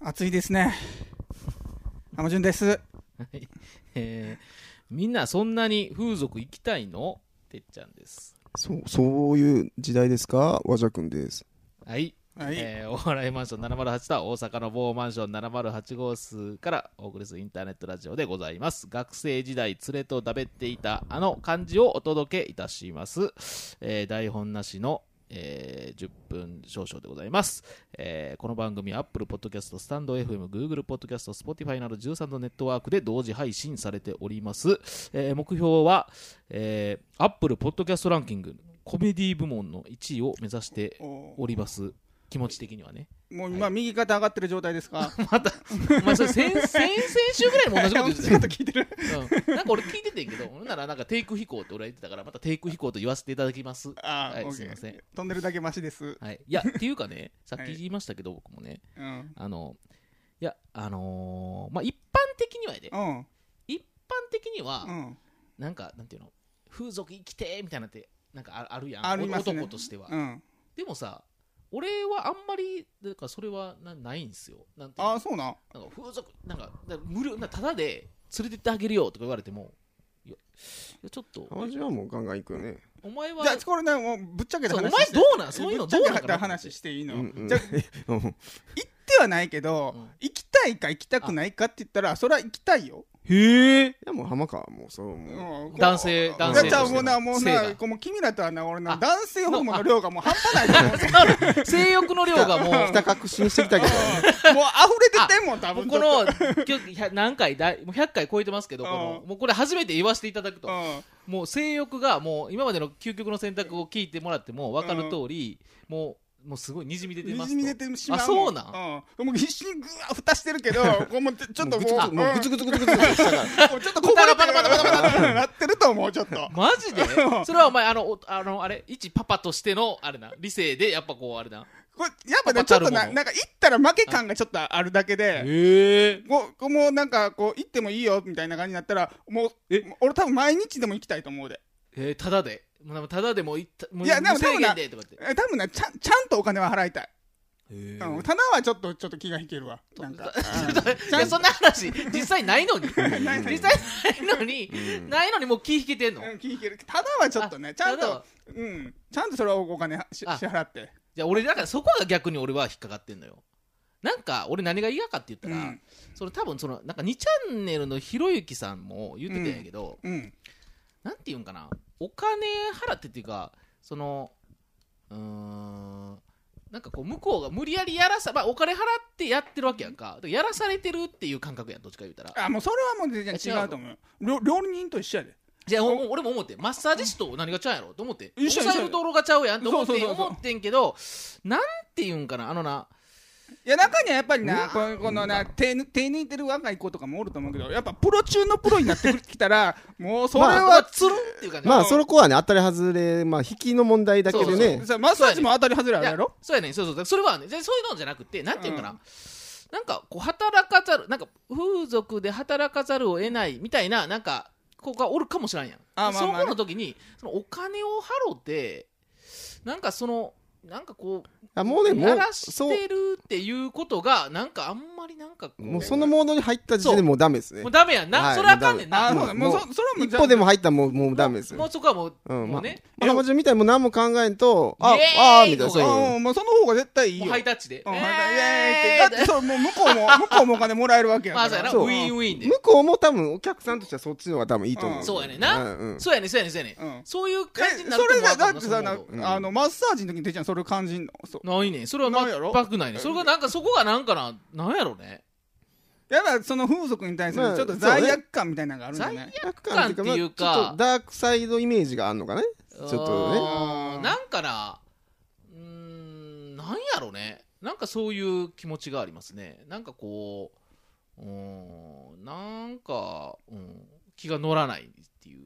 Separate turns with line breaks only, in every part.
暑いですね。浜潤です。
はいえーみんなそんなに風俗行きたいのてっちゃんです。
そう、そういう時代ですか和くんです。
はい。
はい。
えーお笑いマンション708とは大阪の某マンション708号室からお送りするインターネットラジオでございます。学生時代、連れとだべっていたあの漢字をお届けいたします。えー台本なしの、えー10分少々でございます。えーこの番組は Apple Podcast、スタンド FM、Google Podcast、Spotify など13のネットワークで同時配信されております。えー目標は、えー、Apple Podcast ランキングコメディ部門の1位を目指して
お
おります気持ち的に はね
もう今、右肩上がってる状態です か
またまあそれ 先先先週ぐらいも同じこと言って
ち
たよ
ょっと聞いてる。
うん、なんか俺聞いててんけどほんならなんかテイク飛行って俺は言ってたからまたテイク飛行と言わせていただきます
あ
は
ー
い
オ
すい
ッ
ま
ケ
せん
ー。飛んでるだけマシです。
はいいやっていうかねさ っ
はい
き言いましたけど、僕もね
うん。
あのいやあのーまあ一般的にはやで
うん。
一般的には、
うん。
なんかなんていうの風俗生きてーみたいなってなんかああるやん
ありますね
男としては、
うん。
でもさ俺はあんまりだからそれはなないんすよなんていうの
ああ、そうなん。
なんか風俗なんかだから無料なただで連れてってあげるよとか言われてもいやいやちょっと
淡路はもうガンガン行くよね。
お前は
じゃあ、これね、もうぶっちゃけた
そうお
話
前
して。
どうなんそういうのどう
ぶっち
なん
ゃ
か
け
な
た話していいの、
うんうん
じゃあ
うん
ではないけど、
うん
行きたいか行きたくないかって言ったらそれは行きたいよ、
へえ
いや、もう浜か、もうそう、も
うん
男性
だ
男
から
性と
じゃあ
して
もうなもう
性
な
が
この君らとはな俺の
あ
男性ホルモンの量がもう半 端ないと思う
性欲の量が も
う。
う
ひた確信してきたけど、
もう溢れててんもん多
もう
分
この今日100何回だいもう100回超えてますけどこの
うん
もうこれ初めて言わせていただくと
うん
もう性欲がもう今までの究極の選択を聞いてもらっても分かる通りもうもうすごいにじみ出てますと
にじみ出てしまう、
あそうなん
うん、もう必死にぐわ蓋してるけどこうもうちょっと
もう
こ
ぐつぐつ
う
もうぐつぐつぐつぐつぐつしたから。
うんもうちょっとこぼれてる
蓋がバタバタバタ
うんなってると思うちょっと
マジでそれはお前あのおあのあれ一パパとしてのあれな理性でやっぱこうあれな
これやっぱね
パパ
ちょ
た
っ
る
と
もの
ななんか行ったら負け感がちょっとあるだけで
へえ
もうこうもうなんかこう行ってもいいよみたいな感じになったらもう
え
もう俺多分毎日でも行きたいと思うで
えー、ただで、もうただでもいった、もう
いやでも
無制
でもな
限でとかって。
え多分ねちゃんちゃんとお金は払いたい、
え
うん、ただはちょっとちょっと気が引けるわなんか
いやそんな話、実際ないのに、
ないない
実際ないのに、
うん
ないのにもう気引けてんの。
うん気引けるただはちょっとねちゃん
ただ
と
は
うんちゃんとそれはお金はし支
あ
払って
じゃあ俺、だからそこが逆に俺は引っかかってんのよ。なんか、俺何が嫌かって言ったら、
うん
その多分その、なんか2チャンネルのひろゆきさんも言ってたんやけど、
うん
なんていうんかな、お金払ってっていうか、その、うーん、なんかこう向こうが無理やりやらさ、まあ、お金払ってやってるわけやんか、だからやらされてるっていう感覚やん、どっちか言うたら。
あもうそれはもう全然違うと思う料料理人と一緒やで
じゃあおお俺も思ってマッサージ師と何がちゃうやろと思って
一緒
押さえるところがちゃうやんと思って
そうそうそうそう
思ってんけどなんていうんかなあのない
や中にはやっぱりな
うわ
このこのな手ぬ手抜いてる若い子とかもおると思うけどやっぱプロ中のプロになってきた らもうそれ
これ
は
はつるんっていう感じ
まあ、その子はね、当たり外れ、まあ、引きの問題だけでね。
さマッサージも当たり外れあ
い
る
や
やろ
そうやねんそうそうだからそれはねじゃあそういうのじゃなくてなんていうんかな、
う
なんかこう働かざるなんか風俗で働かざるを得ないみたいななんか子がおるかもしれんやん
あまあまあね
そこの時にそのお金を払ってなんかそのなんかこう
あもうね、も
や
う
ら、し
そう、
てるっていうことがなんかあんまりなんかこう
もうそのモードに入った時点でもうダメですね
もう。ダメやんな、
はい
それあかんねん
あ
な
あそう
も
うだもうそ
も
それはもう
一歩で
も
も入ったらもう、もうダメです
もう
ね。
そこはもう、
うん、
も
ま
うね、
あ、浜ちゃんみたいにもう何も考えんと、あ
イエ、
あー
ーイ
みたいな、
の方が
そういう。
もうその方が絶対いいよ
もうハイタッチで、
うん
え
イ
ー
エーイってだってそうもう向こう も向こうもお金もらえるわけや
ま
か
あそうや
ら
な
そう
ウィンウィンで、
向こうも多分お客さんとしてはそっちの方が多分いいと思
うん
う。
そうやねんな、
うんうん
そうやねそうやねそうやね、
うん
そういう感じに
え
な
そ
ると
れ
思わ
だだ
なかっ
ったて
その
さ
モ
な
ード
ん
あのマッサージの時に出ちゃんそれ感じんのそう
ないねんそれは
なんやろ
全くないねんそれがなんかそこがなんかななんやろね
やっぱその風俗に対するちょっと罪悪感みたいなのがあるんじゃない、
罪悪
感っていうか
まあちょっとダークサイドイメージがあるのかねちょっとね
あーなんかなうーんなんやろねなんかそういう気持ちがありますねなんかこううーんなんか、うん、気が乗らないっていう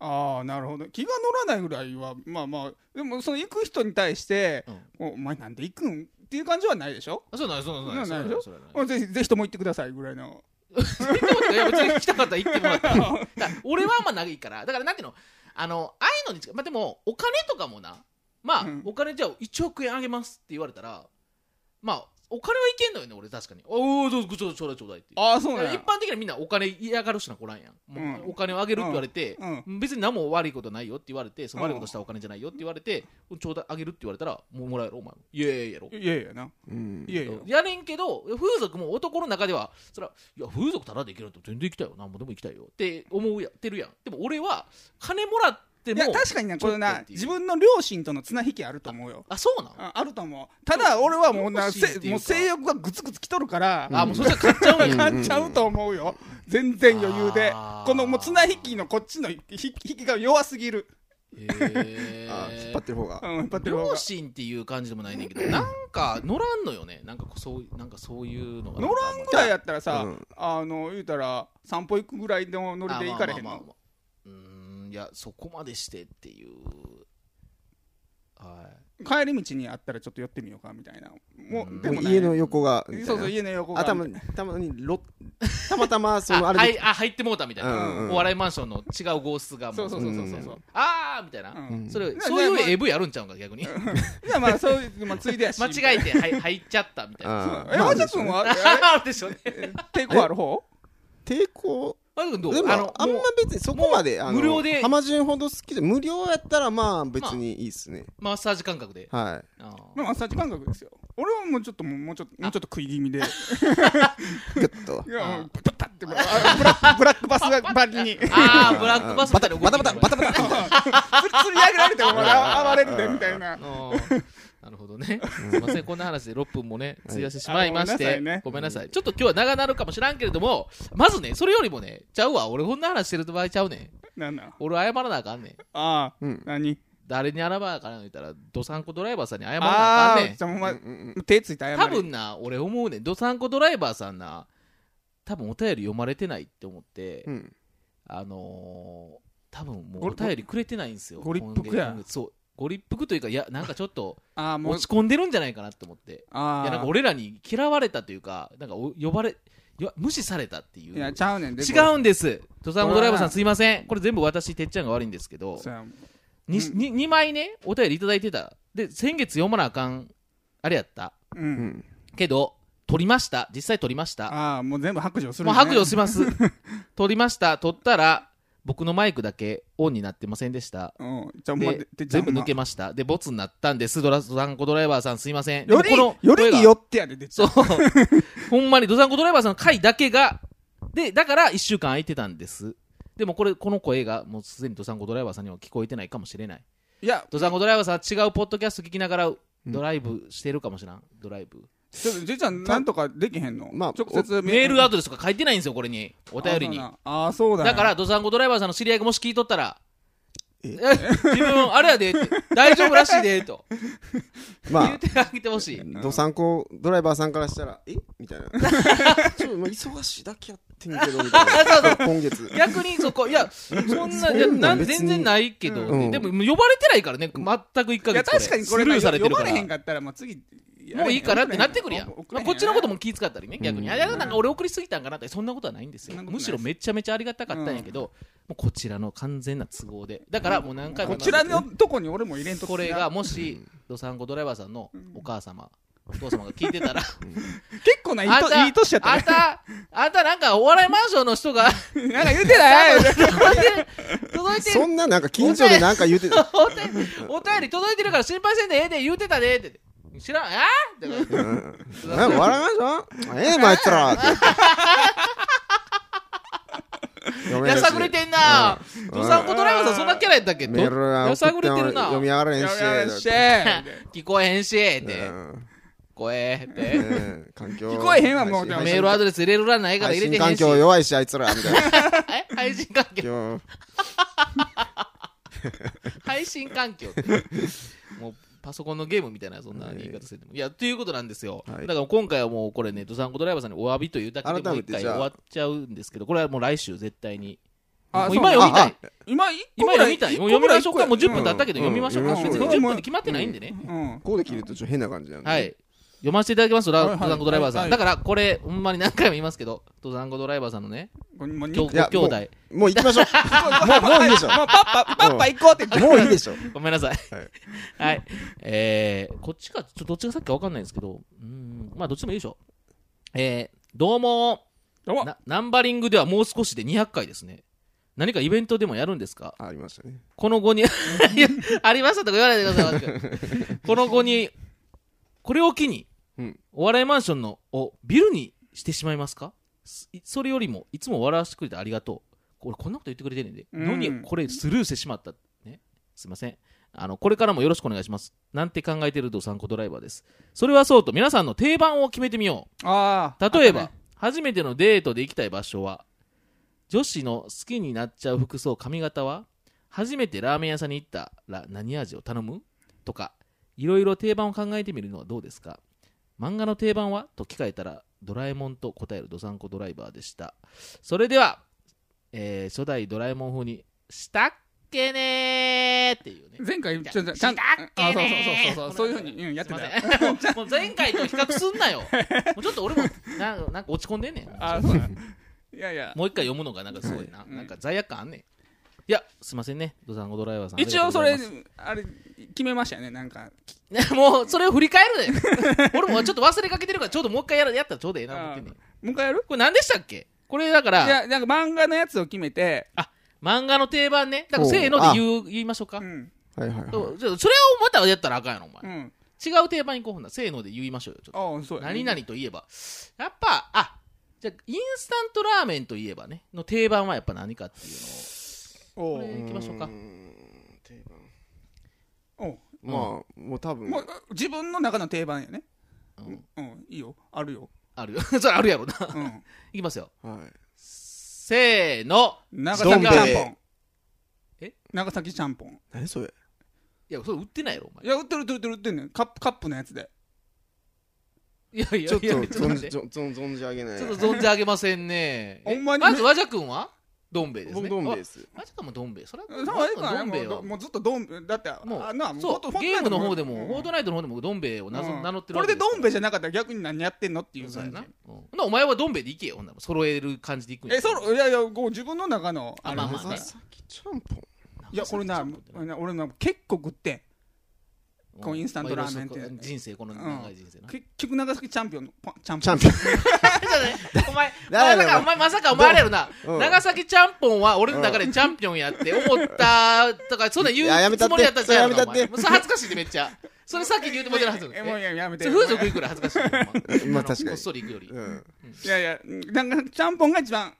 ああなるほど気が乗らないぐらいはまあまあでもその行く人に対して
うん
「おお前なんで行くん?」っていう感じはないでしょ
あそうなんそうなん
そ
そう
な
うなんん
でしょ
そうなん
おぜひぜひとも行ってくださいぐらいの
いや別に来たかったら行ってもらってもだから俺はあんま長いからだからなんていうのあのああいうのに近いまあでもお金とかもなまあ、
うん
お金じゃあ1億円あげますって言われたらまあお金はいけんのよね俺確かにおおどうぞちょうだいちょうだいちょうだいって
ああそうなん
一
や
般的にはみんなお金嫌がる人なんかおらんやん、もう
うん
お金をあげるって言われて、
うん
別に何も悪いことないよって言われてその悪いことしたらお金じゃないよって言われて、ちょうだいあげるって言われたらもうもらえろお前もいやいやいやろ
いやいやな
うん
いやいや
やれんけど風俗も男の中ではそらいや風俗ただで行けると全然行きたいよなんぼでも行きたいよって思うやってるやんでも俺は金もらって
い
も
や確かになこれ
ちょっと
な
っていう
自分の両親との綱引きあると思うよ
あそうなん、
ああると思うただ俺はもうな
両親っていうか
せもう性欲がグツグツきとるから
あもうそしたら買っちゃうんや
うん
買っちゃうと思うよ全然余裕で
あー
このもう綱引きのこっちの引き引きが弱すぎる、
へ
あー
ー
引っ張ってる方
う
が
ん、引っ張ってる方
両
が
親っていう感じでもないねんけどなんか乗らんのよねなんかこうそうなんかそういうのが
乗らんぐらいやったらさ、
うん
あの言うたら散歩行くぐらいのノリで行かれへん
あまあ
の
まあまあうーんいやそこまでしてっていうは
帰り道にあったらちょっと寄ってみようかみたいなも
うん
うで
も
も
う
ね
家の横がみたいな
そうそう家の横が
あたまたまにロ たまたまそのあ
あ
れで
はいあ入ってもうたみたいな、
うんうん
お笑いマンションの違う号室がも
そうそうそうそうそうそう
あーみたいな、
うん
うん
それ
ん
そう
いやまあ
いう AV やるんちゃうんか逆に
いやまあそういう、まあ、ついでやし
間違えてはい入っちゃったみたいな
あー
え
まあ
和田君は
あ
あれ
ーでしょうね
抵抗ある方
抵抗
和田君どう
でも
あ
あ
の
んま
もう
別にそこまで
もう
あの
無料で
浜順ほど好きじゃ無料やったらまあ別にいいっすね、
マッサージ感覚で、
は
あ
い
ー
まあマッサージ感覚ですよ俺はもうちょっともうもうちょっともうちょっと食い気味で
グッと
いや
あー
もうパタパタってこうあブラックブラックバスがバリ に
あーブラックバスみたいな動き
バタバタバタバタバタ
釣り上げられてもあ暴れるでみたいな
あーなるほどね。すみません、こんな話で6分もね、費やしてしまいまし
あ
て、
ごめんなさいね
ごめんなさい。ちょっと今日は長なるかもしらんけれども、まずね、それよりもね、ちゃうわ、俺こんな話してる場合ちゃうねん。
なんなん
俺謝らなあかんねん。
ああ
うん
何
誰に謝らなあかんの言ったら、ドサンコドライバーさんに謝らなあ
あ
かん
あ
ねん
じ。ゃあもうお
う
前
んうん
手ついた謝り
多分な、俺思うねん、ドサンコドライバーさんな、多分お便り読まれてないって思って、
うんうん
あのー、多分もう
ご
お便りくれてないんですよ。
ご立腹や
今月そう。ご立腹というか、いや、なんかちょっと
ああもう
落ち込んでるんじゃないかなって思って。
ああ
いやなんか俺らに嫌われたというか、なんかお呼ばれ、よ無視されたっていう。
いやちゃうねんで
違うんです。登山ドライ
これ
バーさ
は
ん
な
すいません。これ全部私、てっちゃんが悪いんですけど
そ、うや
に
うん
に 2, 枚ね、お便りいただいてた。で、先月読まなあかん、あれやった。
う
うんん
けど、取りました。実際取りました。
ああもう全部白状する
もう
よね
白状 します。取りました。取ったら、僕のマイクだけオンになってませんでした。
うんじゃあお前
で
でじゃあ
全部抜けました。で、ボツになったんです。ドラ、ドサンコドライバーさんすいません。で
よ
も
り
この
よ
声
り
が
によってやで出ち
そ
ゃ
う。 ほんまに、ドザンコドライバーさんの回だけが、で、だから1週間空いてたんです。でもこれ、この声が、もうすでにドザンコドライバーさんには聞こえてないかもしれない。
ういや
ドザンコドライバーさんは違うポッドキャスト聞きながら、ドライブしてるかもしれん。ドライブ。
ちょっとじいちゃんなんとかできへんの
まあ
直接
メールアドレスとか書いてないんですよ、これに。お便りに。
ああそうだ
だから、ドザンコドライバーさんの知り合いがもし聞いとったら、
え
え 自分、あれやでって、大丈夫らしい で、と言
ま
ってあげてほしい。
あどさんこドライバーさんからし たらえみたいなちょっとまあ忙しいだけやってんけどみたいな今 月
逆にそこいやそんな
そんなん
いやなん
別に
全然ないけど、
うん
でももう呼ばれてないからね全く1ヶ月
いや確かにこれ
スルー
な
されて
呼
るか
ば
ら
れへんかったらもう次やれへん
もういいかなってなってくるやん、
送
ま
ら
あ、
へん
こっちのこと
も
も気遣ったりね逆に、
うん
あいやなんか俺送りすぎたんかなってそんなことはないんです
そ
よ
んなことない
むしろめちゃめちゃありがたかったんやけど、もうこちらの完全な都合でだからもう何回も
こちらのとこに俺も入れんと
こ
って
れ
な
がもしドサンコドライバーさんのお母様、お父様が聞いてたら
結構ないいといい年やった
あ
ね
んたあんたなんかお笑いマンションの人が
なんか言うてない
届いて届いてる
そんななんか近所でなんか言 うてた
お便りお便り届いてるから心配せんでええで言うてたでって知らんあーって
うんなんか笑いましょうええまあ言ったらって読 め
や
るし
さぐれてんなドサンコドライバーさんそんなキャラやったっけど
メールは
や
送っ
さ
て
ぐ
も
れてるな
読み上がらへんし
し
聞こえへんしって
うん
声って
うん環境
聞こえへんわもう
配信
メールアドレス入れるらないから
配
入れて
信
へ
環
んし
境弱いしあいつらみたいな
え配信環境
今日
配信環境もう パソコンのゲームみたいなそんな言い方しててもいやということなんですよ、
はい
だから今回はもうこれねドサンコドライバーさんにお詫びというだけでも
改
う
め
一
て
回
じ
終
ゃあ
わっちゃうんですけどこれはもう来週絶対に
あ
もう
そうな
今
ん
読みたい
あ
今一個
今
ぐ
読
らい
みたい。
一
も
個
う読み
ぐらい
ましょうか。もう10分経ったけど
う
読
ん
みましょうか。
うん
別に
うん
10分で決まってないんでね。
うん
こうで切るとちょっと変な感じなんで
はい。読ませていただきますよ、ラ
はいはい
登山コドライバーさん、
はい
だからこれ、ほんまに何回も言いますけど、登山コドライバーさんのね、
これもう
今日
に
いや
ご兄弟、
もう行き ましょうもうもう いいでしょ
もうパッパ、パッパ行こうって言って。
もういいでしょ
ごめんなさい。
は
はい。えー、こっちか、ちょっとどっちがさっきかわかんないんですけど、うーん、まあどっちでもいいでしょう。えー、どうも
どうも
なナンバリングではもう少しで200回ですね。何かイベントでもやるんですか
あありましたね
この後に、い やありましたとか言わないでくださいマジで、この後に、これを機に、
うん
お笑いマンションのをビルにしてしまいますかすそれよりも、いつも笑わせてくれてありがとう。これ、こんなこと言ってくれてるんで、
うん
のにこれスルーしてしまった。ね、すいません。あの、これからもよろしくお願いします。なんて考えてるドサンコドライバーです。それはそうと、皆さんの定番を決めてみよう。
ああ。
例えば、
あとね
初めてのデートで行きたい場所は女子の好きになっちゃう服装髪型は初めてラーメン屋さんに行ったら何味を頼むとかいろいろ定番を考えてみるのはどうですか漫画の定番はと聞かれたらドラえもんと答えるドサンコドライバーでしたそれでは、えー初代ドラえもん風に「したっけねー」ってい うね
前回、ちょっとちゃんと。
したっけ
あそう
ねー
そうそうそうそう。そういうふうに、うん、やっ
すい
て
ま
たよ。
せんもうもう前回と比較すんなよもうちょっと俺もなんかなんか落ち込んでんねん
ああ、そうだ。いやいや。
もう一回読むのがなんかすごいな、なんか罪悪感あんねんいやすいませんねドサンゴドライバーさん
一応そ
あ
れ
りがとう、
あれ、決めましたよね、なんか。
ございますもうそれを振り返るね 俺もちょっと忘れかけてるからちょうどもう一回やらやったらちょうどええな思ってんねんこ
もう一回やる
れ何でしたっけこれだか
い
ら
や、なんか漫画のやつを決めて、
漫画の定番ねだから
おう
せーので言う言いましょうか、
うん。
はいはいはい
そうちょっとそれをまたやったらあかんやろお前、
うん。
違う定番にこうほんならせーので言いましょうよちょっと
ああ、そうやね
何々といえばやっぱあじゃあインスタントラーメンといえばねの定番はやっぱ何かっていう
お
こ
う
れ行きましょうか
ーん定番
おう
まあもう多分
もう自分の中の定番やね。
のを、うん
うん、いいよ。あるよ。
あるよ それあるやろな
うん。
いきますよ
はい
せーの
長
ど
崎
ん
ち
兵衛
ゃんぽん。
え
長崎ちゃんぽん。
何それ
いやそれ売ってないやろお前
いや、売ってる売ってる売ってる売ってるね。カップ、カップのやつで。
いやい
ちょっと
やいやちょっと
存
待
じ
って
ぞんぞん存じ上げない
ちょっと存じ上げませんね
ほんまに
えまず和く君はどん兵衛ですね
僕どん兵衛で
あ
す
和く君もどん兵衛それは
そう
和
あれ
く君
か
ど
ね
ん兵衛
も
は
うもうずっとドンだって
もう
あなあ
そ
も
うゲームの方でもフォート
ナ
ナイトの方でもどん兵衛を
イ
なぞ名乗ってる
こ
わ
れで
けですから
ドンベじゃなかったら逆に何やってんのっていう
そうやな、
感
うん、ほなお前はどん兵衛で行けよほんなら揃える感じで行くん
じ
や
えそろいやいやこう自分の中の
あ
あ
ま
れ
あ
で
まあ
す
ね
い
さきちゃんぽん
やこれな俺な結構食ってん
うん
こうインスタントラーメンって
まあいろいろそう人生この長い人生な、
結局長崎チャンピオンのポンチャン
チャン
ピ
ピ
お前、ま
だ
さ
よ
か、お前、まさか、お前あれやろな、
うん
長崎ちゃんぽんは俺の中でチャンピオンやって思ったとか、そんなん言
いやや
う
めた
つ
って
もりやったんじゃないのか
そ
お
れや
前
め
もう
たって
それ恥ずかしいでめっちゃ。それさっき言うてもらってるはず。
オンえもうい
え
ややめて
それ風俗行くより恥ずかしいよ。お前
まあ確かに
こっそり行くより。
うん
いやいやなんかちゃんぽんが一番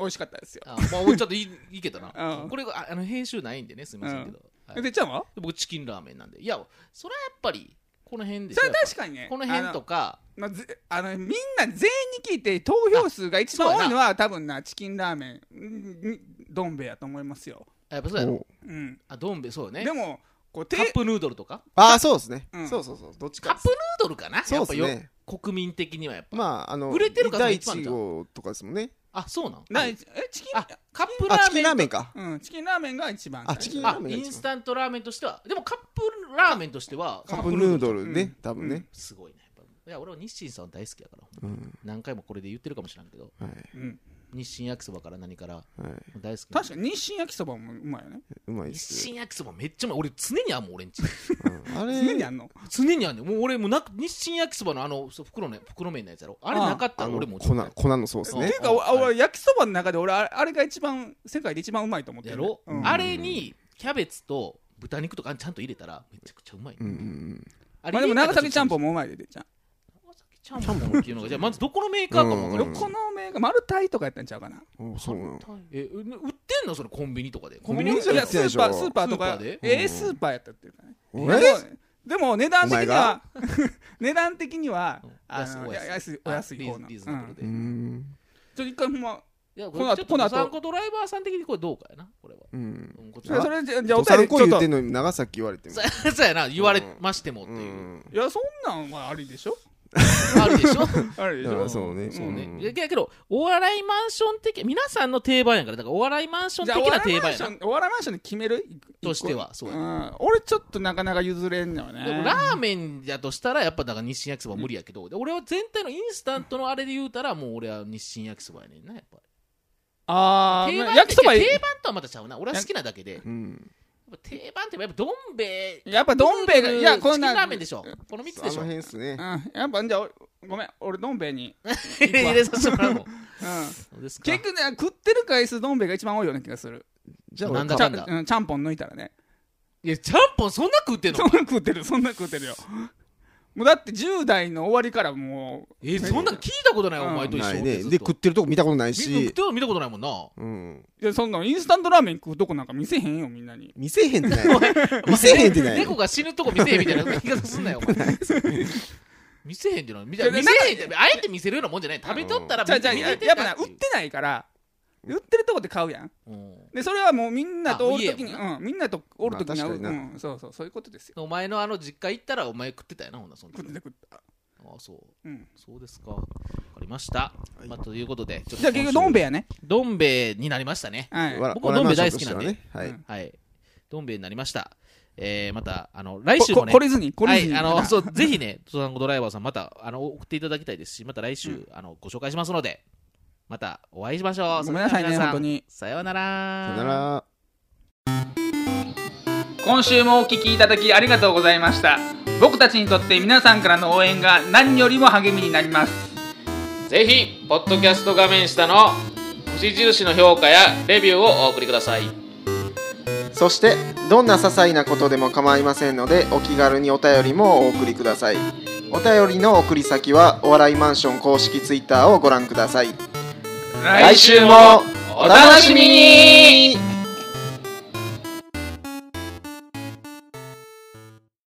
美味しかったですよ
あもうちょっといいいけたな
う。ん
これが、ああの、編集ないんでね、すみませんけど。はい
でちゃんは
僕、チキンラーメンなんで。いや、それはやっぱり、この辺でし
それ
ょ
は確かにね
この辺とか、
まあ、ずあのみんな全員に聞いて投票数が一番多いのは多分なチキンラーメンんんどん兵衛やと思いますよ、
やっぱそうや
お
ろ。
う
うん、
あ、どんべ、そうよね
で。もこうて
カップヌードルとか。
ああそうですね
うん
そうそうそうどっち
カ
か
ップヌードルかな
そ
や
う
っ
っ
ぱ
す
よ
ね
国民的にはやっぱ。
まああの
売れてるから
第
一番
1
じゃん
号とかですもんね
あ、そうなん
なえチキン
あカップラ
あチ
ー
キ
メ
ン
ン
ラーメンか
うん、チキンラーメンが一番
あチキンラ
あ
ーメンが
イ
一番
ンスタントラーメンとしてはでもカップラーメンとしては
カップヌード
ル
ル
う
ね
ん
多分ね
すごいねやっぱいや俺は日清さん大好きやから
うん
何回もこれで言ってるかもしれんけど
はい
うん、
日清焼きそばから何から
はい
大好き
確かに日清焼きそばもうまいよね
うまいで
日
す
清焼きそばめっちゃうまい俺常にあんもん俺んち
うんあ
常に
れ
あんの
常にあんねんもう俺もうなく日清焼きそばのあのそう袋の袋麺のやつやろあれ
ああ
なかった
あ
ら
の
俺もう
粉粉のソース
うん
て
ね
いうか
あ
お俺焼きそばの中で俺あれあれが一番世界で一番うまいと思って
や
る
ろ
うん
あれにキャベツと豚肉とかちゃんと入れたらめちゃくちゃうまい
うんうんうん
あ
まあ、でも長崎ちゃんぽ
ん
んもうまいでてっちゃん
長崎ちゃんぽんっていうのがじゃあまずどこのメーカーかも分から
うんん
この銘が丸太とかやったんちゃうかな
おそうなの
えう売ってんのそれコンビニとかでコンビ
ビ
ニ
ニ
いや
じゃなく
ス
てで
ー
し
パ
ょ
ースーパーとか
スーパーで
ええスーパーやったっていうかね
え
でもでも値段的
お前
には
が
値段的には
うん
あ
安い
の
お安い
や安いお安い方
あ
の
リーズリーズナブルで
うーん
ちょっと一回ほんま
いやこ
こ
れ
の
ちょ
後
っと
この後
ドサンコドライバーさん的にこれどうかやなこれは
うん
うんこっち
それ
は
それじゃじゃあお
お
便
さ
り
んこ
ちょっと
言って
い
んのに長崎言われても
そそうやな言われましてもっていうう、
ん
やそんなんはありでしょ
あるでしょ
あるでし
だか
ょ
らそうね
そうね
う。ん
いやけど、お笑いマンション的、皆さんの定番やから、だからお笑いマンション
じゃあ
的な定番
お笑いマン
や
ショ
な。
ンお笑いマンションで決める
としてはそう
う
や
ん俺ちょっとなかなか譲れんのよね
でもラーメンやとしたらやっぱだから日清焼きそば無理やけど、で俺は全体のインスタントのあれで言うたらもう俺は日清焼きそばやねんなやっ
あ
ぱ
ー
り定
ま
番
あ
って
焼きそば
定番とはまたちゃうな俺は好きなだけでやっ
うん
ぱ定番ってやっぱどん兵衛
やっぱどん兵衛がいや
こ
こ
ん
んな
なチキンラーメンでしょこの3つ
あ
で
の
しょ
辺っすね
うんやっぱじゃあおごめん俺どん兵衛に、
入れさせてもらうも
う
ん
ん、
そうですか
結局ね食ってる回数どん兵衛が一番多いような気がする
じゃあ
なんだ
ちゃ
か
ん
んだ
うん、ちゃんぽん抜いたらね
いやちゃんぽんそんな食ってんの
そんな食ってるそんな食ってるよもうだって10代の終わりからもう
えそんなん聞いたことない
うん
お前と一
な
緒
い
に
ね
ずっ
で
と
食ってるとこ見たことない
食っ
して
るの見たことないもんな
うん
いやそんなインスタントラーメン食うとこなんか見せへんよみんなに
見せへんってない 見せへんってない
猫が死ぬとこ見せへんみたいな言い方す んなよ、お前。見せへんっての見せ
いや
見せへんって、あえて見せるようなもんじゃない。食べとったら
じゃあじゃあ
見
や
せ
やってぱな
て
売ってないから売ってるとこで買うやん
いううん
でそれはもうみんなとおるときに、
あ
うん、みんなとおるときに,、
まあ確かに
うん、そうそうそういうことですよ
お前のあの実家行ったらお前食ってたよな、ほんならその時
食ってた食ってた、
ああ、そ
う
う。
ん、
そうですか。わかりました。
はい
まあ、ということで、ちょっと
じゃあ結局どん兵衛やね
衛。どん兵衛になりましたね。
はい
わら
僕もどん兵衛大好き
わ
なん
ら
で
まんしょうとしてはね
う
はい
ん
はい。どん兵衛になりました。えー、また、あの、来
こ
週も
こ
ね
懲。りずに懲
は
りずに
い、あの、そう、ぜひね、 登山ドライバーさん、また、あの、送っていただきたいですし、また来週、
うん
あの、ご紹介しますので、またお会いしましょう。
ごめんなさいね
それでは皆
本当に
さようなら。
さよなら
今週もお聞きいただきありがとうございました僕たちにとって皆さんからの応援が何よりも励みになります
ぜひ、ポッドキャスト画面下の星印の評価やレビューをお送りください。
そしてどんな些細なことでも構いませんのでお気軽にお便りもお送りくださいお便りの送り先はお笑いマンション公式ツイッターをご覧ください
来週もお楽しみに